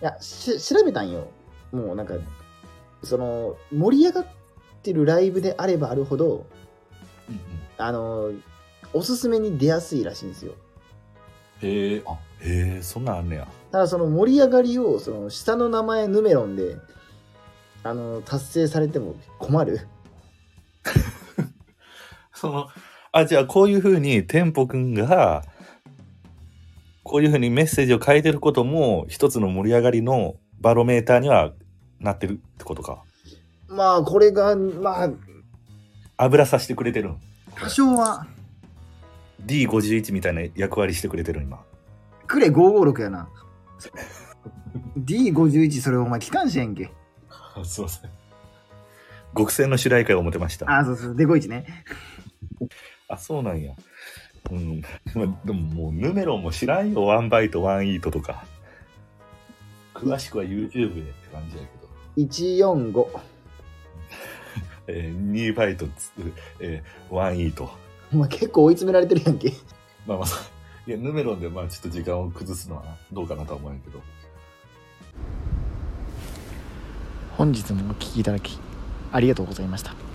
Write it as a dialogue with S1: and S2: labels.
S1: やし調べたんよもうなんかその盛り上がってるライブであればあるほど
S2: うんうん
S1: あのおすすめに出やすいらしいんですよ
S2: へえ、あ、へえ、そんなんあんねや。
S1: ただその盛り上がりをその下の名前ヌメロンであの達成されても困る
S2: その、あ、じゃあこういうふうに、テンポくんが、こういうふうにメッセージを変えてることも、一つの盛り上がりのバロメーターにはなってるってことか。
S1: まあこれがまあ
S2: 油さしてくれてるん。
S1: 多少は
S2: D51 みたいな役割してくれてる今。
S1: くれ556やな D51 それお前機関車やんけ
S2: すいません。極戦の主題歌を持てました。
S1: あそうそうデコイチね
S2: あ、そうなんや。うん。まあでももう、ヌメロンも知らんよ。ワンバイト、ワンイートとか。詳しくは YouTube でって感じやけど。
S1: 145
S2: えー、2バイトつ、えー、1イート。
S1: お前結構追い詰められてるやんけ
S2: まあまあ、そういや、ヌメロンで、まあちょっと時間を崩すのはどうかなとは思うんやけど。
S3: 本日もお聞きいただきありがとうございました